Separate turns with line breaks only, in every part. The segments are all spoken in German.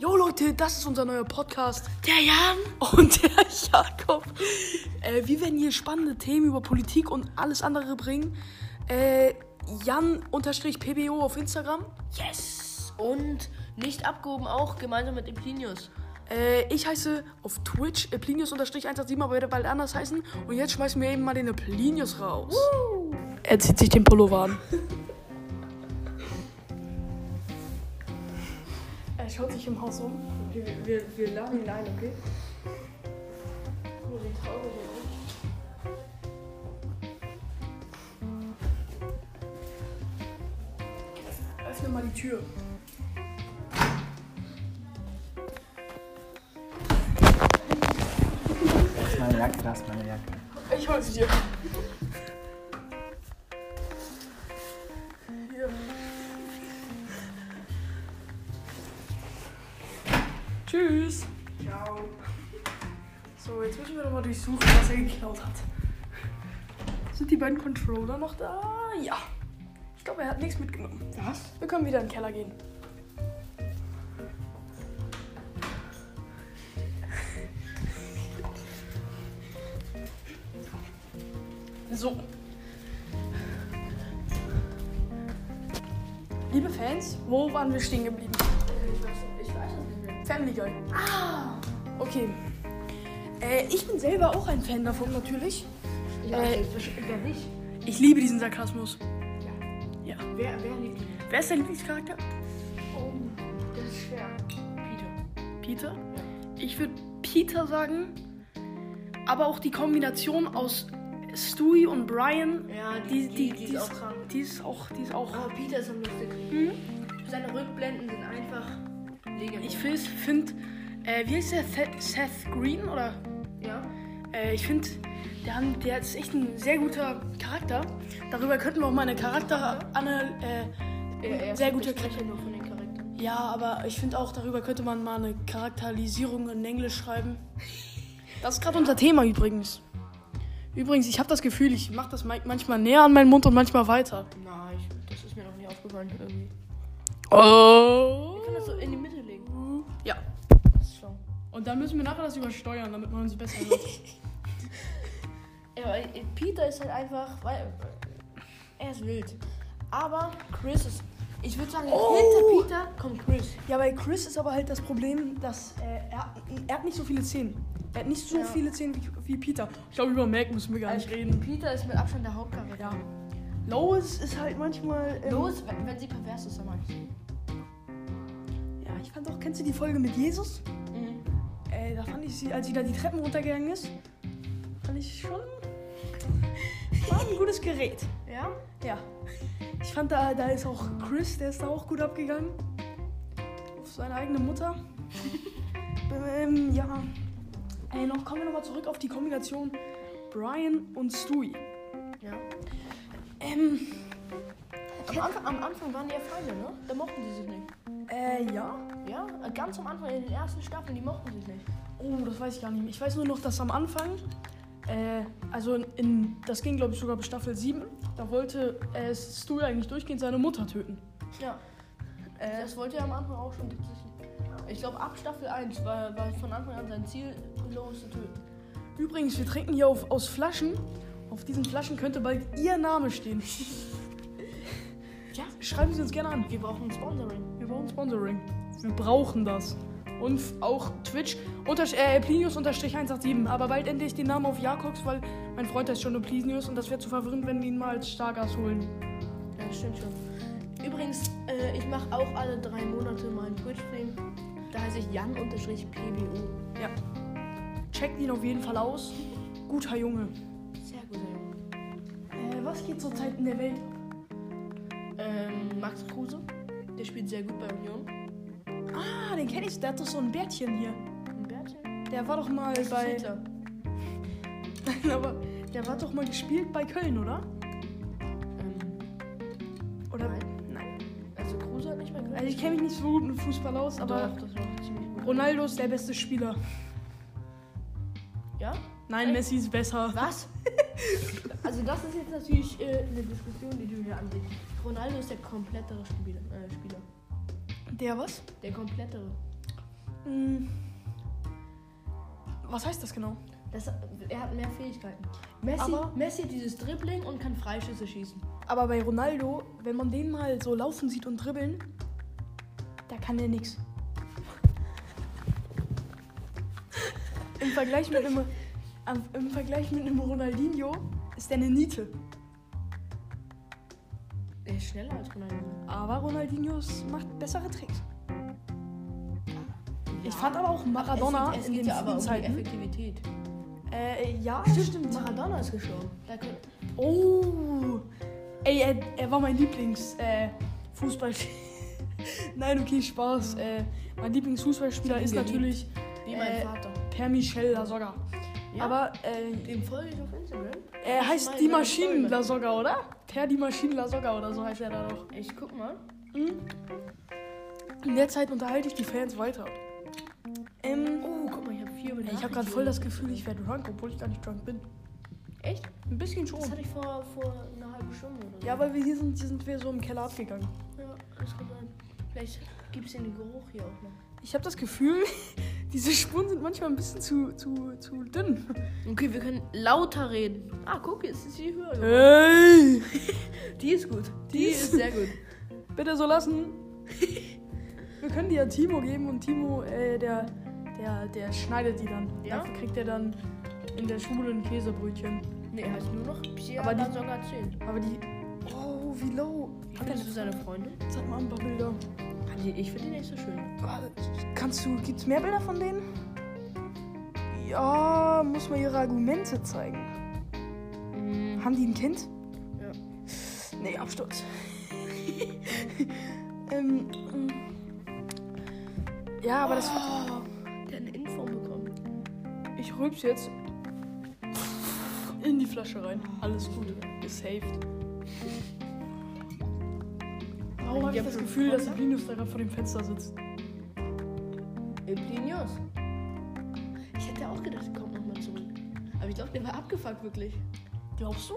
Leute, das ist unser neuer Podcast. Der Jan und der Jakob. Äh, wir werden hier spannende Themen über Politik und alles andere bringen. Äh, Jan-PBO auf Instagram.
Yes! Und nicht abgehoben auch gemeinsam mit Implinius.
Äh, ich heiße auf Twitch Plinius-187, aber werde bald anders heißen. Und jetzt schmeißen wir eben mal den Plinius raus. Uh. Er zieht sich den Pullover an.
Er schaut sich im Haus um. Wir, wir, wir laden ihn ein, okay? Guck mal, wie traurig er
Öffne mal die Tür.
Das ist meine Jacke, das ist meine Jacke.
Ich hol sie dir. Tschüss.
ist. Ciao.
So, jetzt müssen wir nochmal durchsuchen, was er geklaut hat. Sind die beiden Controller noch da? Ja. Ich glaube, er hat nichts mitgenommen.
Was?
Wir können wieder in den Keller gehen. So. Liebe Fans, wo waren wir stehen geblieben?
Ich weiß es nicht mehr.
Family Guy. Ah. Okay. Äh, ich bin selber auch ein Fan davon, natürlich. Äh,
wer nicht?
ich liebe diesen Sarkasmus.
Wer, wer liebt ihn?
Wer ist dein Lieblingscharakter?
Oh, das ist schwer.
Peter.
Peter. Ich würde Peter sagen, aber auch die Kombination aus Stewie und Brian,
Ja,
die, die,
die, ist auch krank.
Die ist auch, die ist auch.
Oh, Peter ist am lustigsten.
Hm?
Seine Rückblenden sind einfach legendär.
Ich finde, find, äh, wie heißt der Seth- Seth Green oder?
Ja.
Äh, ich finde, der, haben- der ist echt ein sehr guter Charakter. Darüber könnten wir auch mal eine Charakter, eine, äh, sehr gute Charakter.
Sprecher nur von den Charakteren.
Ja, aber ich finde auch, darüber könnte man mal eine Charakterisierung in Englisch schreiben. Das ist gerade unser Thema übrigens. Übrigens, ich habe das Gefühl, ich mache das ma- manchmal näher an meinen Mund und manchmal weiter.
Nein, ich, das ist mir noch nicht aufgefallen irgendwie.
Oh.
Ich kann das so in die Mitte legen.
Ja.
Das ist schlau.
Und dann müssen wir nachher das übersteuern, damit man uns besser hört.
Ja, aber äh, Peter ist halt einfach, weil äh, er ist wild. Aber Chris ist, ich würde sagen,
Oh.
hinter Peter kommt Chris.
ja, bei Chris ist aber halt das Problem, dass äh, er, er hat nicht so viele Zähne. Er hat nicht so
Ja.
viele Zähne wie, wie Peter. Ich glaube, über Mac müssen wir gar nicht reden.
Also, Peter ist mit Abstand der Hauptcharakter. Ja.
Lois ist halt manchmal... ähm,
Los, wenn, wenn sie pervers ist, dann mag ich sie.
Ja, ich fand auch, kennst du die Folge mit Jesus?
Mhm.
Äh, da fand ich sie, als sie da die Treppen runtergegangen ist, fand ich schon. War ein gutes Gerät.
Ja?
Ja. Ich fand da, da ist auch Chris, der ist da auch gut abgegangen. Auf seine eigene Mutter. ähm, ja. Ey, noch kommen wir nochmal zurück auf die Kombination Brian und Stewie.
Ja.
Ähm,
Am Anfang, am Anfang waren die ja Feinde, ne? Da mochten sie sich nicht.
äh, ja.
Ja? Ganz am Anfang, in den ersten Staffeln, die mochten sich nicht.
Oh, das weiß ich gar nicht mehr. Ich weiß nur noch, dass am Anfang, äh, also in, in das ging glaube ich sogar bis Staffel 7, da wollte äh, Stu eigentlich durchgehend seine Mutter töten.
Ja. das wollte er am Anfang auch schon. Ich glaube, ab Staffel 1 war, war von Anfang an sein Ziel, Lois zu töten.
Übrigens, wir trinken hier auf, aus Flaschen. Auf diesen Flaschen könnte bald Ihr Name stehen.
Ja.
Schreiben Sie uns gerne an.
Wir brauchen ein Sponsoring.
Wir brauchen Sponsoring. Wir brauchen das. Und f- auch Twitch unter, äh, Plinius-187. Aber bald ändere ich den Namen auf Jakobs, weil mein Freund heißt schon nur Plinius und das wäre zu verwirrend, wenn wir ihn mal als Stargast holen.
Ja, das stimmt schon. Übrigens, äh, ich mache auch alle drei Monate meinen Twitch-Stream. Da heiße ich Jan-PBU.
Ja. Checkt ihn auf jeden Fall aus. Guter Junge.
Sehr gut.
Äh, was geht zurzeit in der Welt?
Ähm, Max Kruse, der spielt sehr gut bei Union.
Ah, den kenne ich. Der hat doch so ein Bärtchen hier.
Und Bertchen?
Der war doch mal
Das ist
bei.
Hitler.
aber der war doch mal gespielt bei Köln, oder?
Ähm,
Oder?
Nein. also Kruse hat nicht mehr gehört.
Also ich kenne mich nicht so gut mit Fußball aus, aber
Doch, das war ziemlich gut.
Ronaldo ist der beste Spieler.
Ja?
Nein,
Echt?
Messi ist besser.
Was? also das ist jetzt natürlich äh, eine Diskussion, die du hier ansiehst. Ronaldo ist der komplettere Spieler. Äh, Spieler.
Der was?
Der komplettere.
Mm. Was heißt das genau?
Das, er hat mehr Fähigkeiten. Messi,
Aber-
Messi hat dieses Dribbling und kann Freischüsse schießen.
Aber bei Ronaldo, wenn man den mal so laufen sieht und dribbeln, da kann er nichts. Im Vergleich mit einem am- im Vergleich mit einem Ronaldinho ist er eine Niete.
Er ist schneller als Ronaldo.
Aber Ronaldinho s- macht bessere Tricks. Ich fand aber auch Maradona
es, geht- es
in
geht
den
ja aber
frühen
um die
Zeiten.
Effektivität.
Äh, ja,
Stimmt, Maradona ist geschoben. Da kann,
Oh, ey, er, er war mein Lieblings äh, Fußball. Nein, okay, Spaß. Äh, mein Lieblingsfußballspieler
Ich
ist
hab ihn
natürlich
wie mein
Äh,
Vater.
Per Michel Lasogga.
Ja.
Aber äh,
Dem folge ich auf Instagram.
er heißt
meine
die
Träume.
Maschinen Lasogga, oder? Per die Maschinen Lasogga oder so heißt er da doch.
Ich guck mal.
Mhm. In der Zeit unterhalte ich die Fans weiter. Ähm,
Oh, guck mal, ich habe vier
ich habe gerade voll das Gefühl, ich werde drunk, obwohl ich gar nicht drunk bin.
Echt? Oh.
Ein bisschen schon.
Das hatte ich vor, vor einer halben Stunde oder so.
Ja, weil wir hier sind, hier sind wir so im Keller abgegangen.
Ja, das kann sein. Vielleicht gibt es den Geruch hier auch noch.
Ich habe das Gefühl, diese Spuren sind manchmal ein bisschen zu, zu, zu dünn.
Okay, wir können lauter reden. Ah, guck, jetzt ist die höher. geworden.
Hey!
Die ist gut. Die,
Die
ist
ist-
sehr gut.
Bitte so lassen. Wir können die ja Timo geben und Timo, äh, der, der, der schneidet die dann.
Ja?
Dafür kriegt er dann in der Schule ein Käsebrötchen.
Nee, er heißt nur noch Pia
Aber die-
sogar 10.
Aber die. Oh, wie low.
Ich
Hat er
findest du seine Freunde?
Zeig mal ein paar Bilder.
Ich finde Ah, die nicht so schön.
Kannst du. Gibt's mehr Bilder von denen? Ja, muss man ihre Argumente zeigen. Haben die ein Kind?
Ja.
Nee, Absturz. ähm, ähm, ja, aber das.
Der eine Info bekommen.
Ah, Ich rülp's jetzt in die Flasche rein. Alles gut. Gesaved. Warum habe ich das Gefühl, dass Linus da gerade vor dem Fenster sitzt?
News. Ich hätte auch gedacht, er kommt nochmal zurück. Aber ich glaube, der war abgefuckt, wirklich.
Glaubst du?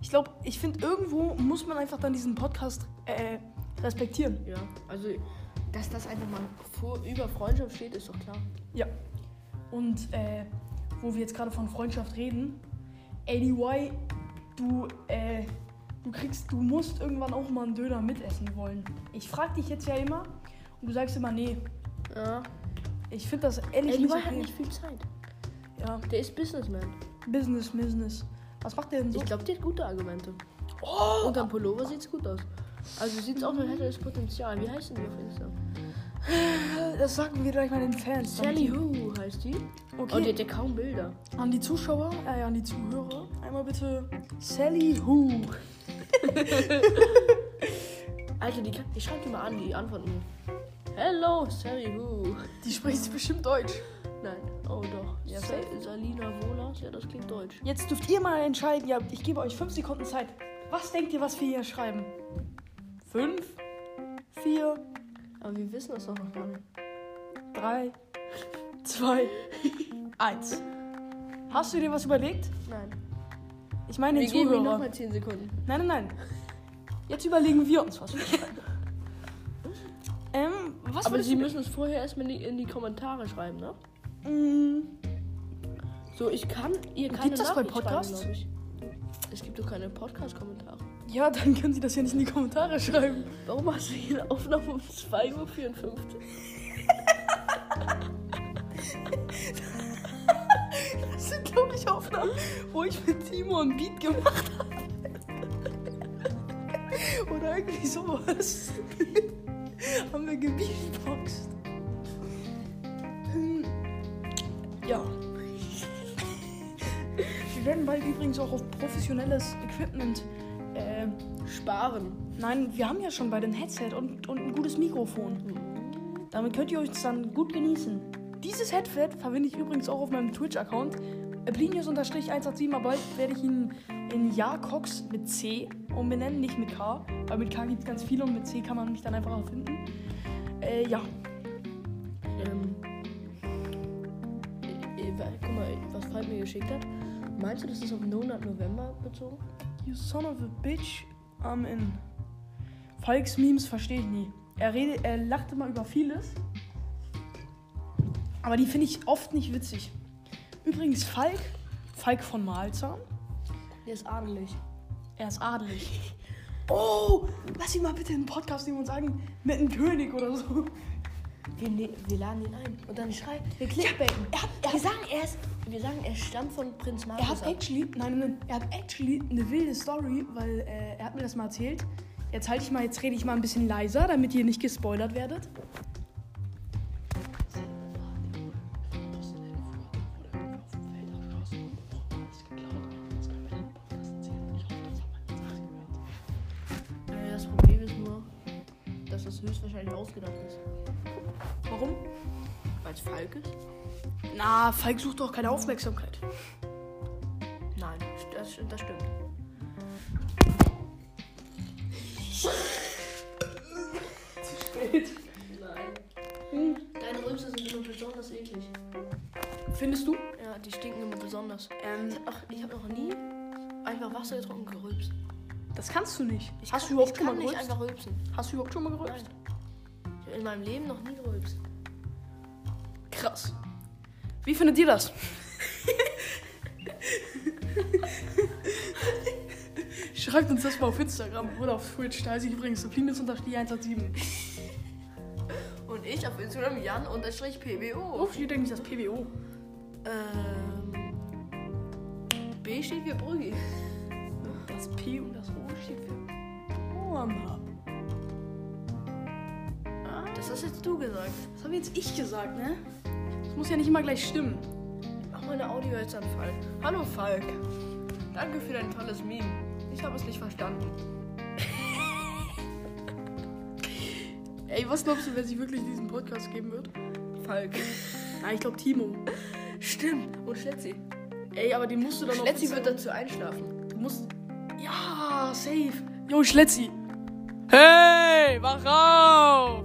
Ich glaube, ich finde, irgendwo muss man einfach dann diesen Podcast äh, respektieren.
Ja, also, dass das einfach mal vor, über Freundschaft steht, ist doch klar.
Und äh, wo wir jetzt gerade von Freundschaft reden, ADY, du, äh, du kriegst, du musst irgendwann auch mal einen Döner mitessen wollen. Ich frag dich jetzt ja immer und du sagst immer, nee,
Ja.
ich finde das ehrlich
Ey,
nicht
Levi hat
okay.
nicht viel Zeit.
Ja,
Der ist Businessman.
Business, Business. Was macht der denn so?
Ich glaube, der hat gute Argumente. Oh! Unter dem Pullover sieht's gut aus. Also sieht's aus, als hätte er das Potenzial. Wie heißt denn die auf Insta?
Äh, das sagen wir gleich mal den Fans. damit
Sally Who heißt die. Und
die- Okay.
oh, die hat ja kaum Bilder.
An die Zuschauer, äh, an die Zuhörer, einmal bitte Sally Who.
Alter, Also, die, kann- die schreibt immer an, die antworten mir. Hello, Sally Who.
Die spricht bestimmt Deutsch.
Nein, oh doch.
Ja,
Sa- Salina Wolas, ja, das klingt deutsch.
Jetzt dürft ihr mal entscheiden. Ihr habt, ich gebe euch fünf Sekunden Zeit. Was denkt ihr, was wir hier schreiben? Fünf, vier,
Aber wir wissen das doch noch gar nicht.
drei, zwei, eins. Hast du dir was überlegt?
Nein.
Ich meine
Wir
den
geben ihm
Zuhörer.
nochmal 10 Sekunden.
Nein, nein, nein. Jetzt überlegen wir uns was. wir schreiben. ähm, was
Aber
würdest
sie
du-
müssen es vorher erstmal in die, in die Kommentare schreiben, ne?
Mm,
So, ich kann. Ihr kann
Gibt's das bei Podcasts?
Schreiben, glaub ich. Es gibt doch keine Podcast-Kommentare.
Ja, dann können sie das ja nicht in die Kommentare schreiben.
Warum hast du hier eine Aufnahme um 2.54 Uhr?
Das sind, glaube ich, Aufnahmen, wo ich mit Timo ein Beat gemacht habe. Oder irgendwie sowas. Haben wir gebeatboxt. Hm, Ja. Wir werden bald übrigens auch auf professionelles Equipment. Äh,
Sparen.
nein, wir haben ja schon bei den Headset und, und ein gutes Mikrofon. Damit könnt ihr euch das dann gut genießen. Dieses Headset verwende ich übrigens auch auf meinem Twitch-Account. Plinius-187, aber bald werde ich ihn in Jakox mit C umbenennen, nicht mit K. Weil mit K gibt es ganz viele und mit C kann man mich dann einfach auch finden. Äh, ja.
Ähm. äh, äh, wa- Guck mal, was Falk mir geschickt hat. Meinst du, das ist auf Monat November bezogen?
You son of a bitch, I'm in. Falks Memes verstehe ich nie. Er, redet, er lacht immer über vieles, Aber die finde ich oft nicht witzig. Übrigens, Falk, Falk von Malzahn,
Der ist adelig.
er ist adelig. Oh, lass ihn mal bitte in den Podcast nehmen und sagen, mit einem König oder so.
Wir, ne- wir laden ihn ein. Und dann schreien wir clickbaiten.
Er hat, er
Wir
hat,
sagen, er ist, wir sagen, er stammt von Prinz Markus.
er hat
ab.
actually, nein, nein, nein, er hat actually eine wilde Story, weil äh, er hat mir das mal erzählt. Jetzt halte ich mal, jetzt rede ich mal ein bisschen leiser, damit ihr nicht gespoilert werdet.
Ja, Das Problem ist nur, dass das höchstwahrscheinlich ausgedacht ist.
Warum?
Weil es Falk ist?
Na, Falk sucht doch keine Aufmerksamkeit.
Nein, das, das stimmt. Nein.
Hm.
Deine Rülpse sind immer besonders eklig.
Findest du?
Ja, die stinken immer besonders.
Ähm,
Ach, ich habe noch nie einfach Wasser getrunken und gerülpst.
das kannst du nicht.
Ich
Hast
kann,
du überhaupt
ich
schon
kann
mal
nicht
gerülpst?
einfach rülpsen.
Hast du überhaupt schon mal gerülpst?
Nein. Ich habe in meinem Leben noch nie gerülpst.
Krass. Wie findet ihr das? Schreibt uns das mal auf Instagram oder auf Twitch. Da heiße ich übrigens Sublimes 117.
Und ich auf Instagram Jan-PBO.
Wofür steht eigentlich das PWO?
Ähm. B steht für Brügge.
Das P und das O steht für Oh, Oma.
Das hast jetzt du gesagt.
Ah. Das habe jetzt ich gesagt, ne? Das muss ja nicht immer gleich stimmen.
Mach mal eine Audio jetzt an Falk. Hallo Falk. Danke für dein tolles Meme. Ich habe es nicht verstanden.
Ey, was glaubst du, wer sich wirklich diesen Podcast geben wird?
Falk.
Na, ich glaube Timo.
Stimmt. Und Schletzi.
Ey, aber den musst du dann noch.
Schletzi wird dazu einschlafen.
Du musst. Ja, safe. Jo, Schletzi. Hey, wach auf!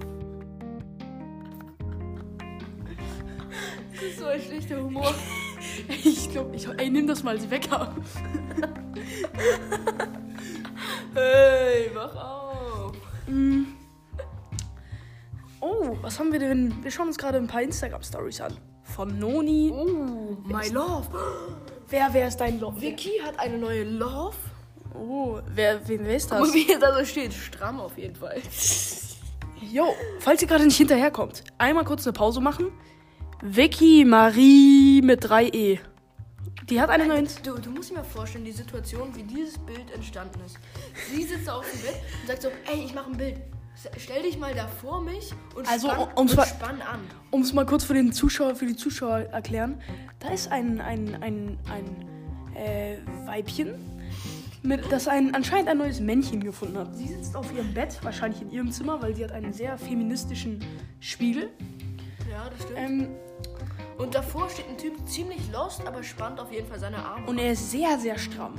Das ist so ein schlechter Humor.
Ich glaube, ich. Ey, nimm das mal als Wecker.
hey, wach auf.
Mm. Oh, was haben wir denn? Wir schauen uns gerade ein paar Instagram-Stories an. Von Noni.
Oh, my love.
Wer, wer ist dein Love?
Vicky hat eine neue Love.
Oh, wer, wen, wer ist das?
Und wie es da so steht, stramm auf jeden Fall.
Jo, falls ihr gerade nicht hinterherkommt, einmal kurz eine Pause machen. Vicky Marie mit 3e. Die hat eine neue.
Du, du musst dir mal vorstellen, die Situation, wie dieses Bild entstanden ist. Sie sitzt da auf dem Bett und sagt so, ey, ich mache ein Bild. S- Stell dich mal da vor mich und,
Also,
spann,
um- um's
und
mal-
spann an.
um es mal kurz für den Zuschauer, für die Zuschauer erklären, da ist ein, ein, ein, ein äh, Weibchen, mit, das ein, anscheinend ein neues Männchen gefunden hat. Sie sitzt auf ihrem Bett, wahrscheinlich in ihrem Zimmer, weil sie hat einen sehr feministischen Spiegel.
Ja, das stimmt.
Ähm,
Und davor steht ein Typ ziemlich lost, aber spannt auf jeden Fall seine Arme.
und er ist sehr, sehr stramm.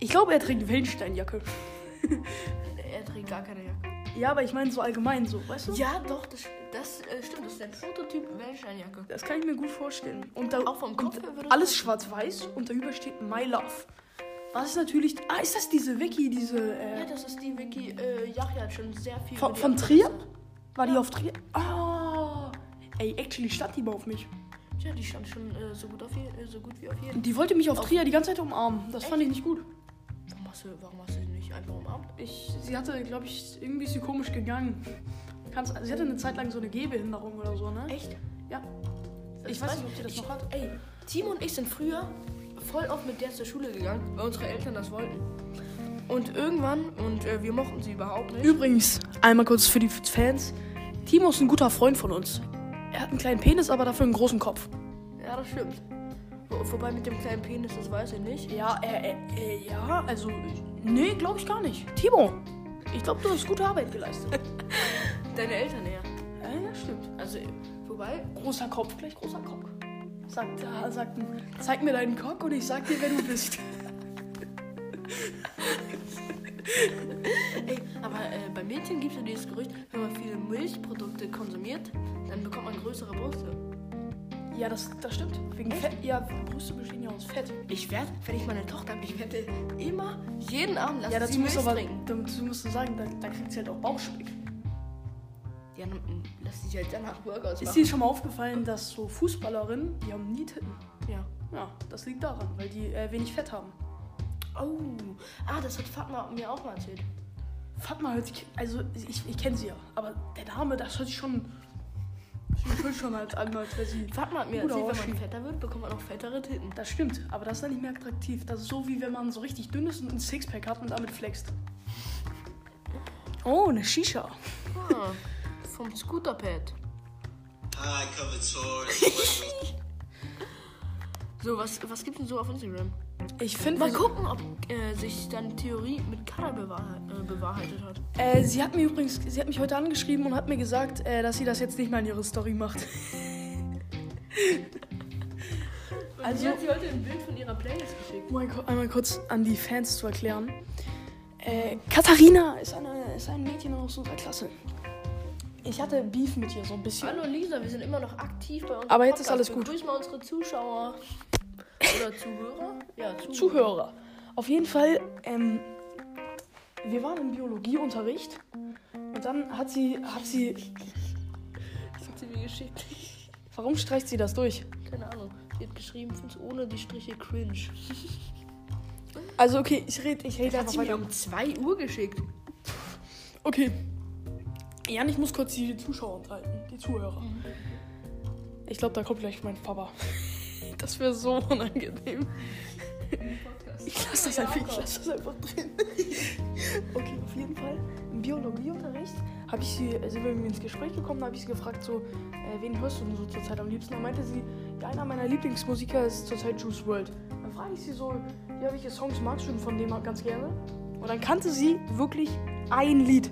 Ich glaube, er trägt Wellensteinjacke.
er trägt gar keine Jacke.
Ja, aber ich meine so allgemein so, weißt du?
Ja, doch, das, das äh, stimmt. Das ist ein Prototyp Wellensteinjacke.
Das kann ich mir gut vorstellen. Und da,
Auch vom Kopf her würde
und
das
alles
passen.
schwarz-weiß und darüber steht My Love. Was natürlich... Ah, ist das diese Wiki, diese... Äh,
Ja, das ist die Vicky äh, Yachya hat schon sehr viel.
Von,
über die
von
Opfer
Trier?
gesagt.
War die auf Trier? Ah. Ey, actually stand die mal auf mich.
Ja, die stand schon äh, so, gut auf je, äh, so gut wie auf jeden.
Und die wollte mich auf Trier die ganze Zeit umarmen. Das fand ich nicht gut.
Warum hast du, warum hast du sie nicht einfach umarmt?
Ich, sie hatte, glaube ich, irgendwie ist sie komisch gegangen. Kannst, sie hatte eine Zeit lang so eine Gehbehinderung oder so, ne?
Echt?
Ja.
Das
Ich weiß nicht, ob sie das
ich-
noch hat.
Ey, Timo und ich sind früher voll oft mit der zur Schule gegangen, weil unsere Eltern das wollten. Und irgendwann, und äh, wir mochten sie überhaupt nicht.
Übrigens, einmal kurz für die Fans. Timo ist ein guter Freund von uns. Er hat einen kleinen Penis, aber dafür einen großen Kopf.
Ja, das stimmt. Wo, wobei mit dem kleinen Penis, das weiß ich nicht.
Ja, äh, äh, äh ja, also, nee, glaube ich gar nicht. Timo, ich glaube, du hast gute Arbeit geleistet.
Deine Eltern eher.
ja, ja, stimmt.
Also, wobei,
Großer Kopf, gleich großer Kopf. Sagt, da, sagt, zeig mir deinen Cock und ich sag dir, wer du bist.
ey, aber äh, bei Mädchen gibt es ja dieses Gerücht, wenn man viele Milchprodukte konsumiert, dann bekommt man größere Brüste.
Ja, das, das stimmt. Wegen
Echt?
Fett. Ja, Brüste bestehen ja aus Fett.
Ich werde, wenn ich meine Tochter habe, ich werde immer jeden Abend lassen
ja,
sie
dazu
Milch
musst, du aber,
trinken.
dazu musst du sagen, da, da kriegt sie halt auch Bauchspeck.
Ja, dann mm, lass die halt danach Burgers
Ist
machen.
dir schon mal aufgefallen, dass so Fußballerinnen, die haben nie Titten?
Ja.
Ja, das liegt daran, weil die äh, wenig Fett haben.
Oh, ah, das hat Fatma mir auch mal erzählt.
Fatma hört sich, also ich, ich kenne sie ja, aber der Name, das hört sich schon, ich fühle schon halt an, als wäre sie.
Fatma hat mir
Bruder, oh,
erzählt, wenn
Oschi.
man fetter wird, bekommt man auch fettere Titten.
Das stimmt, aber das ist dann nicht mehr attraktiv. Das ist so, wie wenn man so richtig dünn ist und ein Sixpack hat und damit flext. Oh, eine Shisha.
Ah, vom Scooterpad.
I covered swords.
So, was, was gibt's denn so auf Instagram?
Ich finde,
Mal gucken, ob äh, sich deine Theorie mit Kader bewahr, äh, bewahrheitet hat.
Äh, sie hat mir übrigens, sie hat mich heute angeschrieben und hat mir gesagt, äh, dass sie das jetzt nicht mehr in ihre Story macht. Also-
sie hat sie heute ein Bild von ihrer Playlist geschickt.
Um mal ku- einmal kurz an die Fans zu erklären. Äh, Katharina ist, eine, ist ein Mädchen aus unserer Klasse. Ich hatte Beef mit ihr so ein bisschen.
Hallo Lisa, wir sind immer noch aktiv bei uns.
Aber jetzt ist alles gut.
Grüß mal unsere Zuschauer. Oder Zuhörer? Ja, Zuhörer.
Zuhörer. Auf jeden Fall, ähm, wir waren im Biologieunterricht und dann hat sie, hat sie,
Das hat sie mir geschickt.
warum streicht sie das durch?
Keine Ahnung. Sie hat geschrieben, find's ohne die Striche cringe.
Also okay, ich rede, ich rede
Hat
einfach
sie mir
weiter.
um 2 Uhr geschickt.
Okay. Jan, ich muss kurz die Zuschauer unterhalten, die Zuhörer. Ich glaube, da kommt gleich mein Papa. Das wäre so unangenehm. Ich lasse das, einfach- ich lass das einfach drin. Okay, auf jeden Fall. Im Biologieunterricht habe ich sie, äh, sind wir irgendwie ins Gespräch gekommen, habe ich sie gefragt, so, äh, wen hörst du denn so zurzeit am liebsten? Dann meinte sie, ja, einer meiner Lieblingsmusiker ist zurzeit Juice World. Dann frage ich sie so, ja, welche Songs magst du denn von dem ganz gerne? Und dann kannte sie wirklich ein Lied.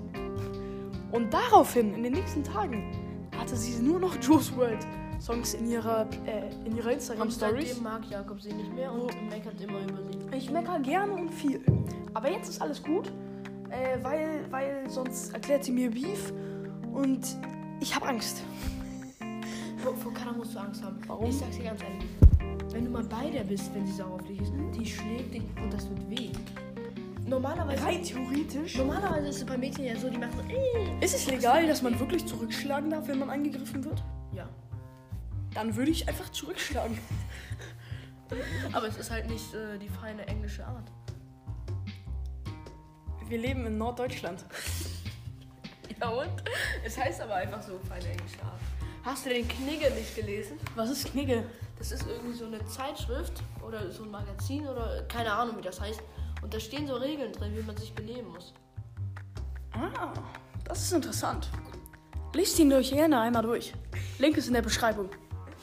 Und daraufhin, in den nächsten Tagen, hatte sie nur noch Juice World Songs in ihrer, äh, in ihrer
Und
Instagram-Stories.
seitdem mag Jakob sie nicht mehr und meckert immer über sie.
Ich meckere gerne und viel. Aber jetzt ist alles gut, äh, weil, weil sonst erklärt sie mir Beef und ich habe Angst.
Vor, vor Kader musst du Angst haben.
Warum?
Ich sag's dir ganz ehrlich. Wenn du mal bei der bist, wenn sie sauer auf dich ist, die schlägt dich und das tut weh. Normalerweise,
Rein theoretisch.
normalerweise ist es bei Mädchen ja so, die machen so, äh.
Ist es legal, dass man wirklich zurückschlagen darf, wenn man angegriffen wird?
Ja.
Dann würde ich einfach zurückschlagen.
Aber es ist halt nicht äh, die feine englische Art.
Wir leben in Norddeutschland.
Ja und? Es heißt aber einfach so feine englische Art. Hast du den Knigge nicht gelesen?
Was ist Knigge?
Das ist irgendwie so eine Zeitschrift oder so ein Magazin oder keine Ahnung, wie das heißt. Und da stehen so Regeln drin, wie man sich benehmen muss.
Ah, das ist interessant. Lest ihn euch gerne einmal durch. Link ist in der Beschreibung.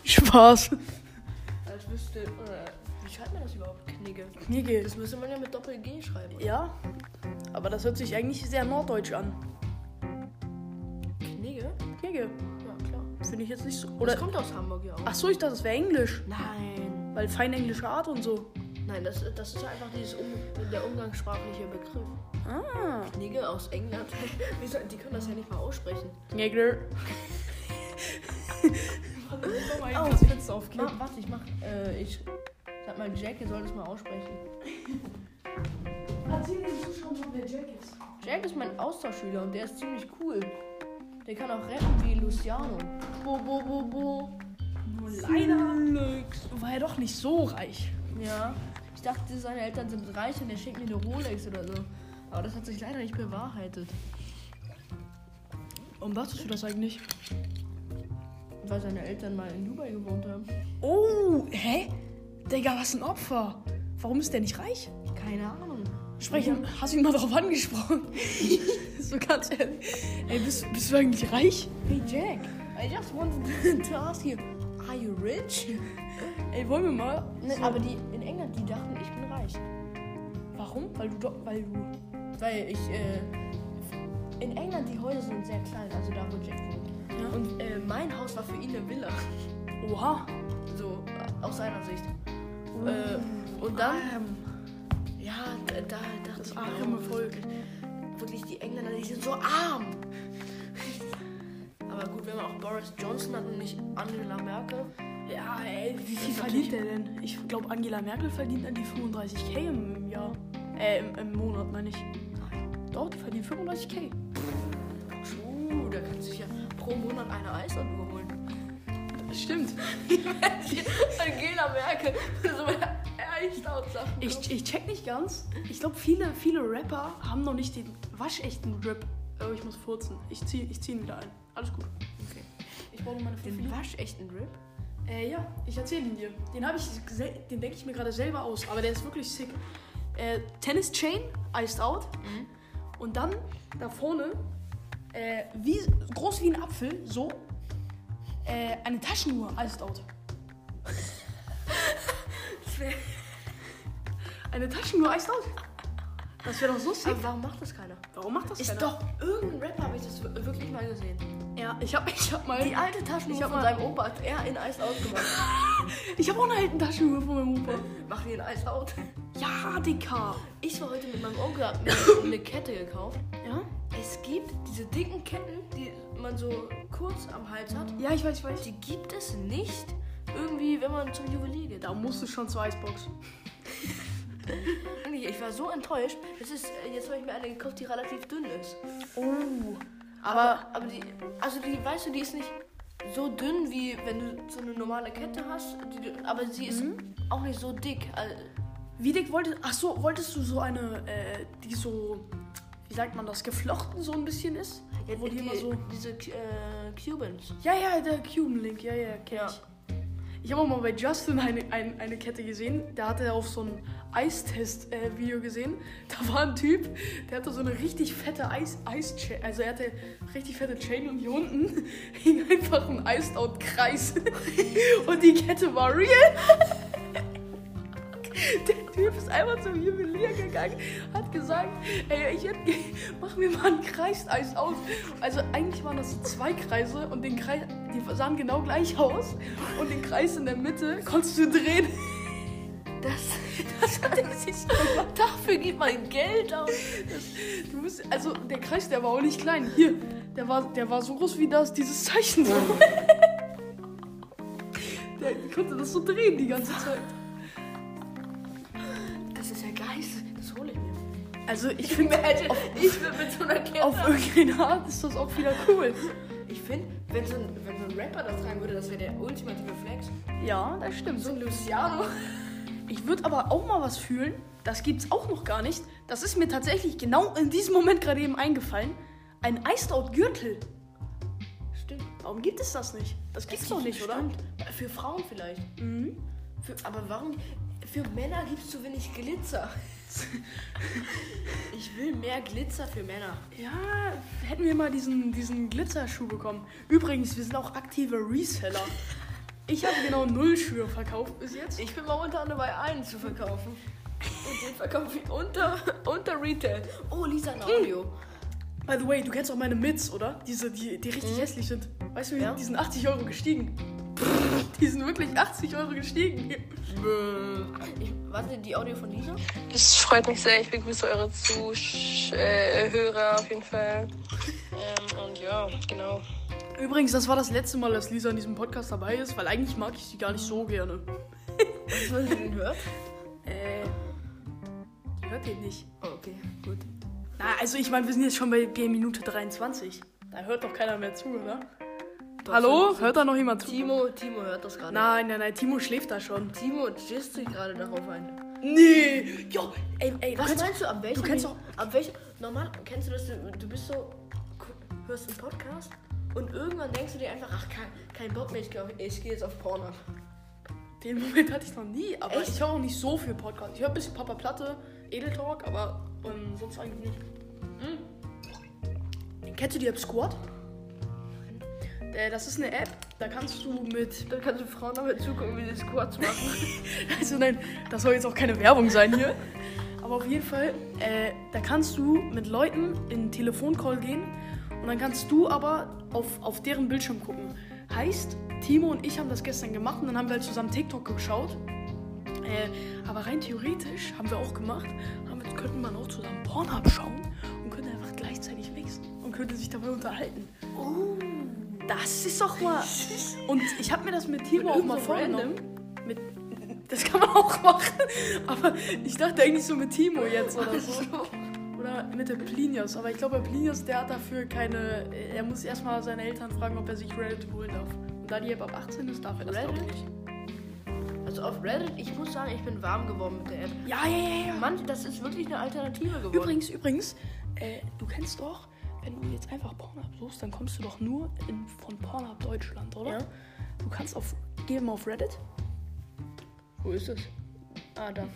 Spaß.
Als wüsste, oder wie schreibt man das überhaupt? Knigge.
Knigge.
Das müsste man ja mit Doppel-G schreiben. oder?
Ja, aber das hört sich eigentlich sehr norddeutsch an.
Knigge?
Knigge.
Ja, klar.
Finde ich jetzt nicht so.
Oder Ah.
Oder.
das kommt aus Hamburg ja auch.
Ach so, ich dachte, es wäre Englisch.
Nein.
Weil feinenglische Art und so.
Nein, das, das ist einfach dieses um, der umgangssprachliche Begriff.
Ah.
Knigge aus England. Wie soll- Die können das ja nicht mal aussprechen.
Knigger.
Oh.
das Fenster aufklippen.
Ma, warte, ich mach. Äh, ich sag mal, Jack, ihr sollt es mal aussprechen.
Erzähl den Zuschauern, mal, wer Jack ist.
Jack ist mein Austauschschüler und der ist ziemlich cool. Der kann auch rappen wie Luciano. Bo, bo, bo, bo.
Nur leider war er doch nicht so reich.
Ja. Ich dachte, seine Eltern sind reich und er schenkt mir eine Rolex oder so. Aber das hat sich leider nicht bewahrheitet.
Warum dachtest du das eigentlich?
Weil seine Eltern mal in Dubai gewohnt haben.
Oh, hä? Digga, was ein Opfer. Warum ist der nicht reich?
Keine Ahnung.
Sprech, hast du ihn mal drauf angesprochen? so ganz ehrlich. Ey, bist, bist du eigentlich reich?
Hey Jack, I just wanted to ask you, are you rich?
Ey, wollen wir mal?
Ne, aber die in England, die dachten, ich bin reich.
Warum? Weil du doch, weil du. ne?
Weil ich, äh, in England, die Häuser sind sehr klein, also da, wo Jack wohnt.
Ja.
Und äh, mein Haus war für ihn eine Villa.
Oha.
So, äh, aus seiner Sicht. Äh, und dann,
Ähm,
ja, da, da dachte
das
ich,
arme
wow,
Volk.
wirklich die Engländer, die sind so arm. aber gut, wenn man auch Boris Johnson hat und nicht Angela Merkel.
Ja, ey, wie viel verdient der denn? Ich glaube, Angela Merkel verdient an die 35k im Jahr. Äh, im, im Monat, meine ich. Doch, die verdient 35k.
Uh, da kann sich ja. pro Monat eine Eisladung holen.
Stimmt.
Dann gehen am Werke. So echt Sachen.
Ich, ich check nicht ganz. Ich glaube, viele, viele Rapper haben noch nicht den waschechten Rap. Oh, ich muss furzen. Ich zieh, ich zieh ihn wieder ein. Alles gut.
Okay.
Ich brauche meine fünf
Den
Minuten.
waschechten Rip?
Äh, ja, ich erzähle ihn dir. Den habe ich, gesel- den denke ich mir gerade selber aus, aber der ist wirklich sick. Äh, Tennis Chain, Iced Out.
Mhm.
Und dann da vorne, äh, wie, groß wie ein Apfel, so, äh, eine Taschenuhr, Iced Out. Das wär- eine Taschenuhr, Iced Out? Das wäre doch so sick.
Aber warum macht das keiner?
Warum macht das
Ist
keiner?
doch irgendein Rapper, habe ich das w- wirklich mal gesehen.
Ja, ich habe ich hab mal...
Die alte Taschenuhr
Ich hab
von
mal-
seinem Opa hat er in Eis ausgemacht.
Ich habe auch eine alte Taschenuhr von meinem Opa.
Machen wir in Eis out.
Ja, Dicker.
Ich war heute mit meinem Onkel hab mir eine Kette gekauft.
Ja?
Es gibt diese dicken Ketten, die man so kurz am Hals hat.
Ja, ich weiß, ich weiß.
Die gibt es nicht irgendwie, wenn man zum Juwelier geht.
Da musst du schon zur Icebox.
Wirklich, Ich war so enttäuscht. Das ist, äh, jetzt habe ich mir eine gekauft, die relativ dünn ist.
Oh.
Aber, aber die, also die, weißt du, die ist nicht so dünn wie wenn du so eine normale Kette hast. Die, du- aber sie ist auch nicht so dick. Also,
Wie dick wolltest Ach so, wolltest du so eine, äh, die so, wie sagt man das, geflochten so ein bisschen ist? Wo die, immer so.
Diese äh, Cubans.
Ja, ja, der Cuban Link, ja, ja, kenn
Ja.
ich. Ich habe auch mal bei Justin eine, ein, eine Kette gesehen. Da hatte er auf so ein Eistest-Video gesehen. Da war ein Typ, der hatte so eine richtig fette Eis, Eis-Chain. Also er hatte richtig fette Chain und hier unten hing einfach ein Eisdout-Kreis. und die Kette war real. Der Typ ist einfach zum Juwelier gegangen, hat gesagt, ey, ich hätt, ge- mach mir mal einen Kreiseis aus. Also eigentlich waren das so zwei Kreise und den Kreis, die sahen genau gleich aus und den Kreis in der Mitte konntest du drehen.
Das, das hat er sich gemacht. Dafür gibt man Geld aus.
Du musst, also der Kreis, der war auch nicht klein. Hier, der war, der war so groß wie das, dieses Zeichen. So. Der konnte das so drehen die ganze Zeit.
Das ist ja geil. Das hole ich mir.
Also ich finde,
Ich würde mit so einer Kette.
auf irgendeine Art ist das auch wieder cool.
ich finde, wenn, so ein- wenn so ein Rapper das tragen würde, das wäre der ultimative Flex.
Ja, das stimmt.
So ein Luciano.
Ich würde aber auch mal was fühlen. Das gibt's auch noch gar nicht. Das ist mir tatsächlich genau in diesem Moment gerade eben eingefallen. Ein Iced Out Gürtel.
Stimmt.
Warum gibt es das nicht? Das gibt's doch nicht, oder?
oder? Für Frauen vielleicht.
Mhm.
Für, aber warum? Für Männer gibt es zu wenig Glitzer. ich will mehr Glitzer für Männer.
Ja, hätten wir mal diesen, diesen Glitzerschuh bekommen. Übrigens, wir sind auch aktive Reseller. Ich habe genau null Schuhe verkauft bis jetzt.
Ich bin momentan dabei, einen zu verkaufen. Und den verkaufe ich unter, unter Retail. Oh, Lisa, ein Audio.
By the way, du kennst auch meine Mits, oder? Diese, die, die richtig hässlich sind. Weißt du, wie-
Mhm. Ja.
die sind 80 Euro gestiegen. Die sind wirklich 80 Euro gestiegen.
Ich, warte, die Audio von Lisa?
Es freut mich sehr. Ich begrüße eure Zusch äh, Hörer auf jeden Fall. Ähm, und ja, genau.
Übrigens, das war das letzte Mal, dass Lisa in diesem Podcast dabei ist, weil eigentlich mag ich sie gar nicht so gerne.
Was wollen Sie denn hören?
Äh, die hört ihr nicht.
Oh, okay, gut.
Na, also ich meine, wir sind jetzt schon bei bei Minute 23. Da hört doch keiner mehr zu, oder?
Doch,
Hallo?
so-
Hört da noch jemand zu?
Timo, Timo hört das gerade.
Nein, nein, nein, Timo schläft da schon.
Timo gisst sich gerade darauf ein.
Nee! Jo, ey, ey,
Was
könntest-
meinst du, ab welchem...
kennst doch-
Ab welchem... Normal, kennst du das, du, du bist so... gu- Hörst einen Podcast und irgendwann denkst du dir einfach, ach, kein, kein Bock mehr, ich gehe geh jetzt auf Porn ab.
Den Moment hatte ich noch nie, aber
Echt?
ich höre auch nicht so viel Podcast. Ich höre ein bisschen Papa Platte, Edel Talk, aber ähm, sonst eigentlich nicht. Hm. Kennst du die App Squad? Äh, das ist eine App, da kannst du mit.
Dann kannst du Frauen damit zugucken, wie sie Squats machen.
Also nein, das soll jetzt auch keine Werbung sein hier. Aber auf jeden Fall, äh, da kannst du mit Leuten in einen Telefoncall gehen und dann kannst du aber auf, auf deren Bildschirm gucken. Heißt, Timo und ich haben das gestern gemacht und dann haben wir halt zusammen TikTok geschaut. Äh, aber rein theoretisch haben wir auch gemacht, haben, wir- könnten man auch zusammen Pornhub schauen und könnten einfach gleichzeitig mixen und könnten sich dabei unterhalten. Oh. Das ist doch mal. Und ich habe mir das mit Timo auch mal
irgend so
vorgenommen. Mit, das kann man auch machen. Aber ich dachte eigentlich so mit Timo jetzt oder so. Oder mit dem Plinius, aber ich glaube, Plinius, der hat dafür keine. Er muss erstmal seine Eltern fragen, ob er sich Reddit holen darf. Und da die App ab 18 ist, darf er das glaube ich
Reddit?
nicht.
Also auf Reddit, ich muss sagen, ich bin warm geworden mit der App.
Ja, ja, ja, ja.
Mann, das ist wirklich eine Alternative geworden.
Übrigens, übrigens, äh, du kennst doch, wenn du jetzt einfach Pornhub suchst, dann kommst du doch nur in, von Pornhub Deutschland, oder?
Ja.
Du kannst auf, geh mal auf Reddit.
Wo ist das? Ah, da.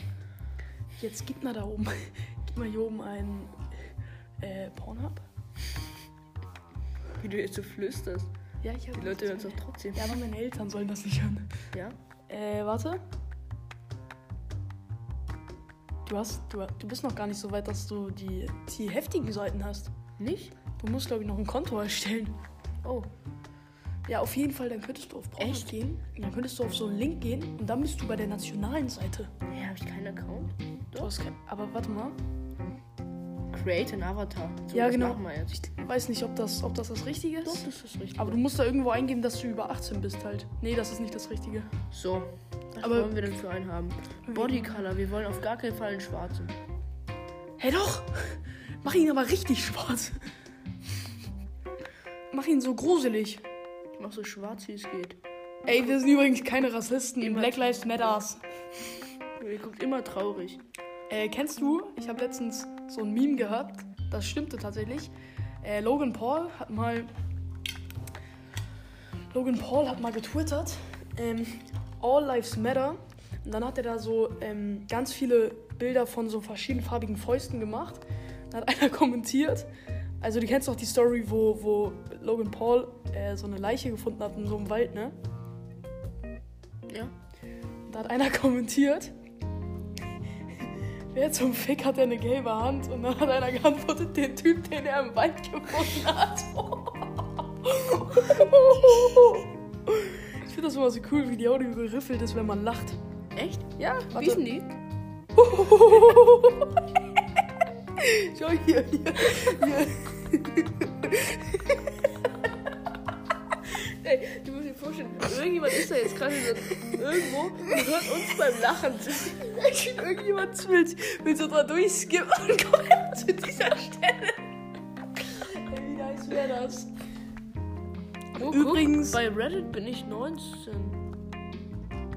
Jetzt gib mal da oben, gib mal hier oben ein äh, Pornhub.
Wie du jetzt so flüsterst.
Ja, ich habe
Die Leute hören es doch trotzdem.
Ja, aber meine Eltern sollen das nicht hören.
Ja?
Äh, warte. Du hast, du, du bist noch gar nicht so weit, dass du die, die heftigen Seiten hast.
Nicht?
Du musst, glaube ich, noch ein Konto erstellen.
Oh.
Ja, auf jeden Fall, dann könntest du auf Pornhub
Echt?
gehen. Und dann könntest du auf so einen Link gehen und dann bist du bei der nationalen Seite.
Hä, hab ich keinen Account?
Du hast kein, aber warte mal.
Create an Avatar. So,
Ja,
das
genau.
Machen wir jetzt.
Ich weiß nicht, ob das, ob das das Richtige
Doch,
ist.
das ist richtig.
Aber du musst da irgendwo eingeben, dass du über 18 bist halt. Nee, das ist nicht das Richtige.
so. Was
Aber-
wollen wir denn für einen haben? Bodycolor. Wir wollen auf gar keinen Fall einen schwarzen.
Hey doch! Mach ihn aber richtig schwarz. Mach ihn so gruselig.
Ich mach so schwarz, wie es geht.
Ey, wir sind übrigens keine Rassisten.
Immer.
Black Lives Matters.
Ihr guckt immer traurig.
Äh, kennst du, ich habe letztens so ein Meme gehört, das stimmte tatsächlich. Äh, Logan Paul hat mal. Logan Paul hat mal getwittert, ähm, All Lives Matter. Und dann hat er da so ähm, ganz viele Bilder von so verschiedenfarbigen Fäusten gemacht. Dann hat einer kommentiert. Also, du kennst doch die Story, wo, wo Logan Paul äh, so eine Leiche gefunden hat in so einem Wald, ne?
Ja?
Da hat einer kommentiert, wer zum Fick hat denn eine gelbe Hand? Und dann hat einer geantwortet, den Typ, den er im Wald gefunden hat. Ich finde das immer so cool, wie die Audio geriffelt ist, wenn man lacht.
Echt?
Ja,
Wie ist denn die?
Schau hier, hier.
Ey, du musst dir vorstellen, irgendjemand ist da jetzt gerade so irgendwo und hört uns beim Lachen.
Irgendjemand will, will so da durchskippen und kommt zu dieser Stelle. Ey, wie nice wäre das?
Oh,
Übrigens-
Guck, bei Reddit bin ich 19.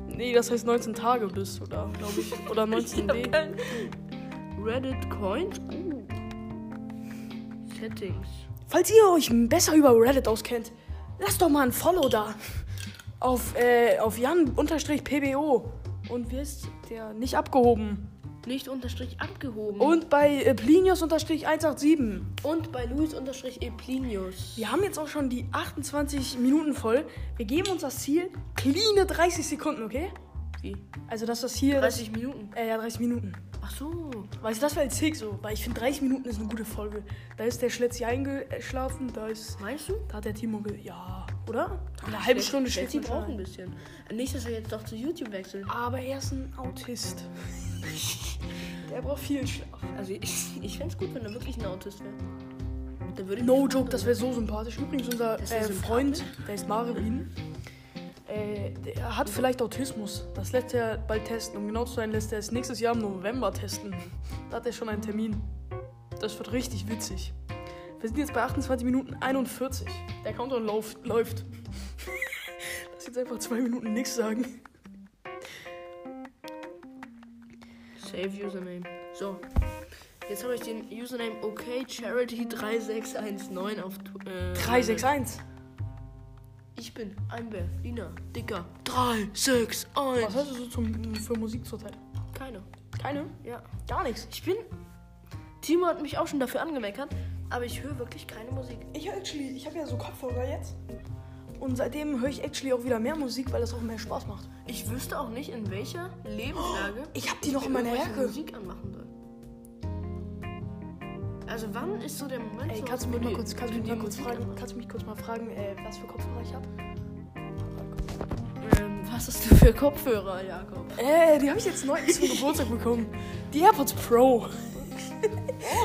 Nee, das heißt 19 Tage bist du da, glaube ich. Oder 19 D.
kein Reddit Coins. Uh. Settings.
Falls ihr euch besser über Reddit auskennt, lasst doch mal ein Follow da. Auf, äh, auf Jan-PBO. Und wie ist der? Nicht abgehoben.
Nicht unterstrich abgehoben.
Und bei äh, Plinius-187.
und bei Luis unterstrich Eplinius.
Wir haben jetzt auch schon die 28 Minuten voll. Wir geben uns das Ziel, cleane 30 Sekunden, okay?
Wie?
Also, dass das hier.
30 Minuten.
Äh, ja, 30 Minuten.
Ach so.
Weißt du, das wäre sick so, weil ich finde 30 Minuten ist eine gute Folge. Da ist der Schletzi eingeschlafen, da ist.
Meinst du?
Da hat der Timo ge. Ja, oder? In einer halben Stunde
Schätze,
Schletzi
die brauchen ein bisschen. Nicht, dass er jetzt doch zu YouTube wechselt.
Aber er ist ein Autist. Der braucht viel Schlaf.
Also ich, ich fänd's gut, wenn er wirklich ein Autist wäre. Dann würde ich
No
mich-
joke, das wäre so sympathisch. Übrigens, unser
Das wär
äh, Freund, der ist Marvin, äh, der hat vielleicht Autismus. Das lässt er bald testen. Um genau zu sein, lässt er es nächstes Jahr im November testen. Da hat er schon einen Termin. Das wird richtig witzig. Wir sind jetzt bei 28 Minuten 41. Der Countdown läuft. läuft. Lass jetzt einfach zwei Minuten nichts sagen.
Save Username. So. Jetzt habe ich den Username OKCharity3619 auf Tw- äh,
361.
Ich bin Einbär, Lina, Dicker. 361.
Was hast du so zum, für Musik zurzeit?
Keine.
Keine?
Ja.
Gar nichts.
Ich bin. Timo hat mich auch schon dafür angemeckert, aber ich höre wirklich keine Musik.
Ich höre actually, ich habe ja so Kopfhörer jetzt. Und seitdem höre ich actually auch wieder mehr Musik, weil das auch mehr Spaß macht.
Ich wüsste auch nicht, in welcher Lebenslage
Ich habe die noch in meiner
irgendwelche
Jacke.
Musik anmachen soll. Also wann ist so der Moment?
Ey,
so,
kannst du
wo
mich mal
die-
kurz, kannst du
wo
mich
die
mal kurz
Musik
fragen,
anmachen?
kannst du mich kurz mal fragen, äh, was für Kopfhörer ich habe?
Ähm, was hast du für Kopfhörer, Jakob?
Äh, die habe ich jetzt neu zum Geburtstag bekommen. Die AirPods Pro.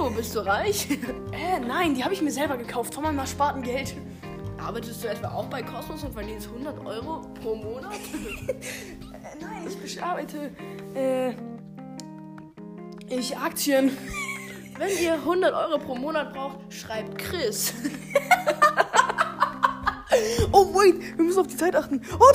Oh, bist du reich?
Äh, nein, die habe ich mir selber gekauft von meinem ersparten Geld.
Arbeitest du etwa auch bei Cosmos und verdienst 100 Euro pro Monat?
Äh, nein, ich besch- arbeite äh, ich Aktien.
Wenn ihr 100 Euro pro Monat braucht, schreibt Chris.
Oh, wait, wir müssen auf die Zeit achten. Oh,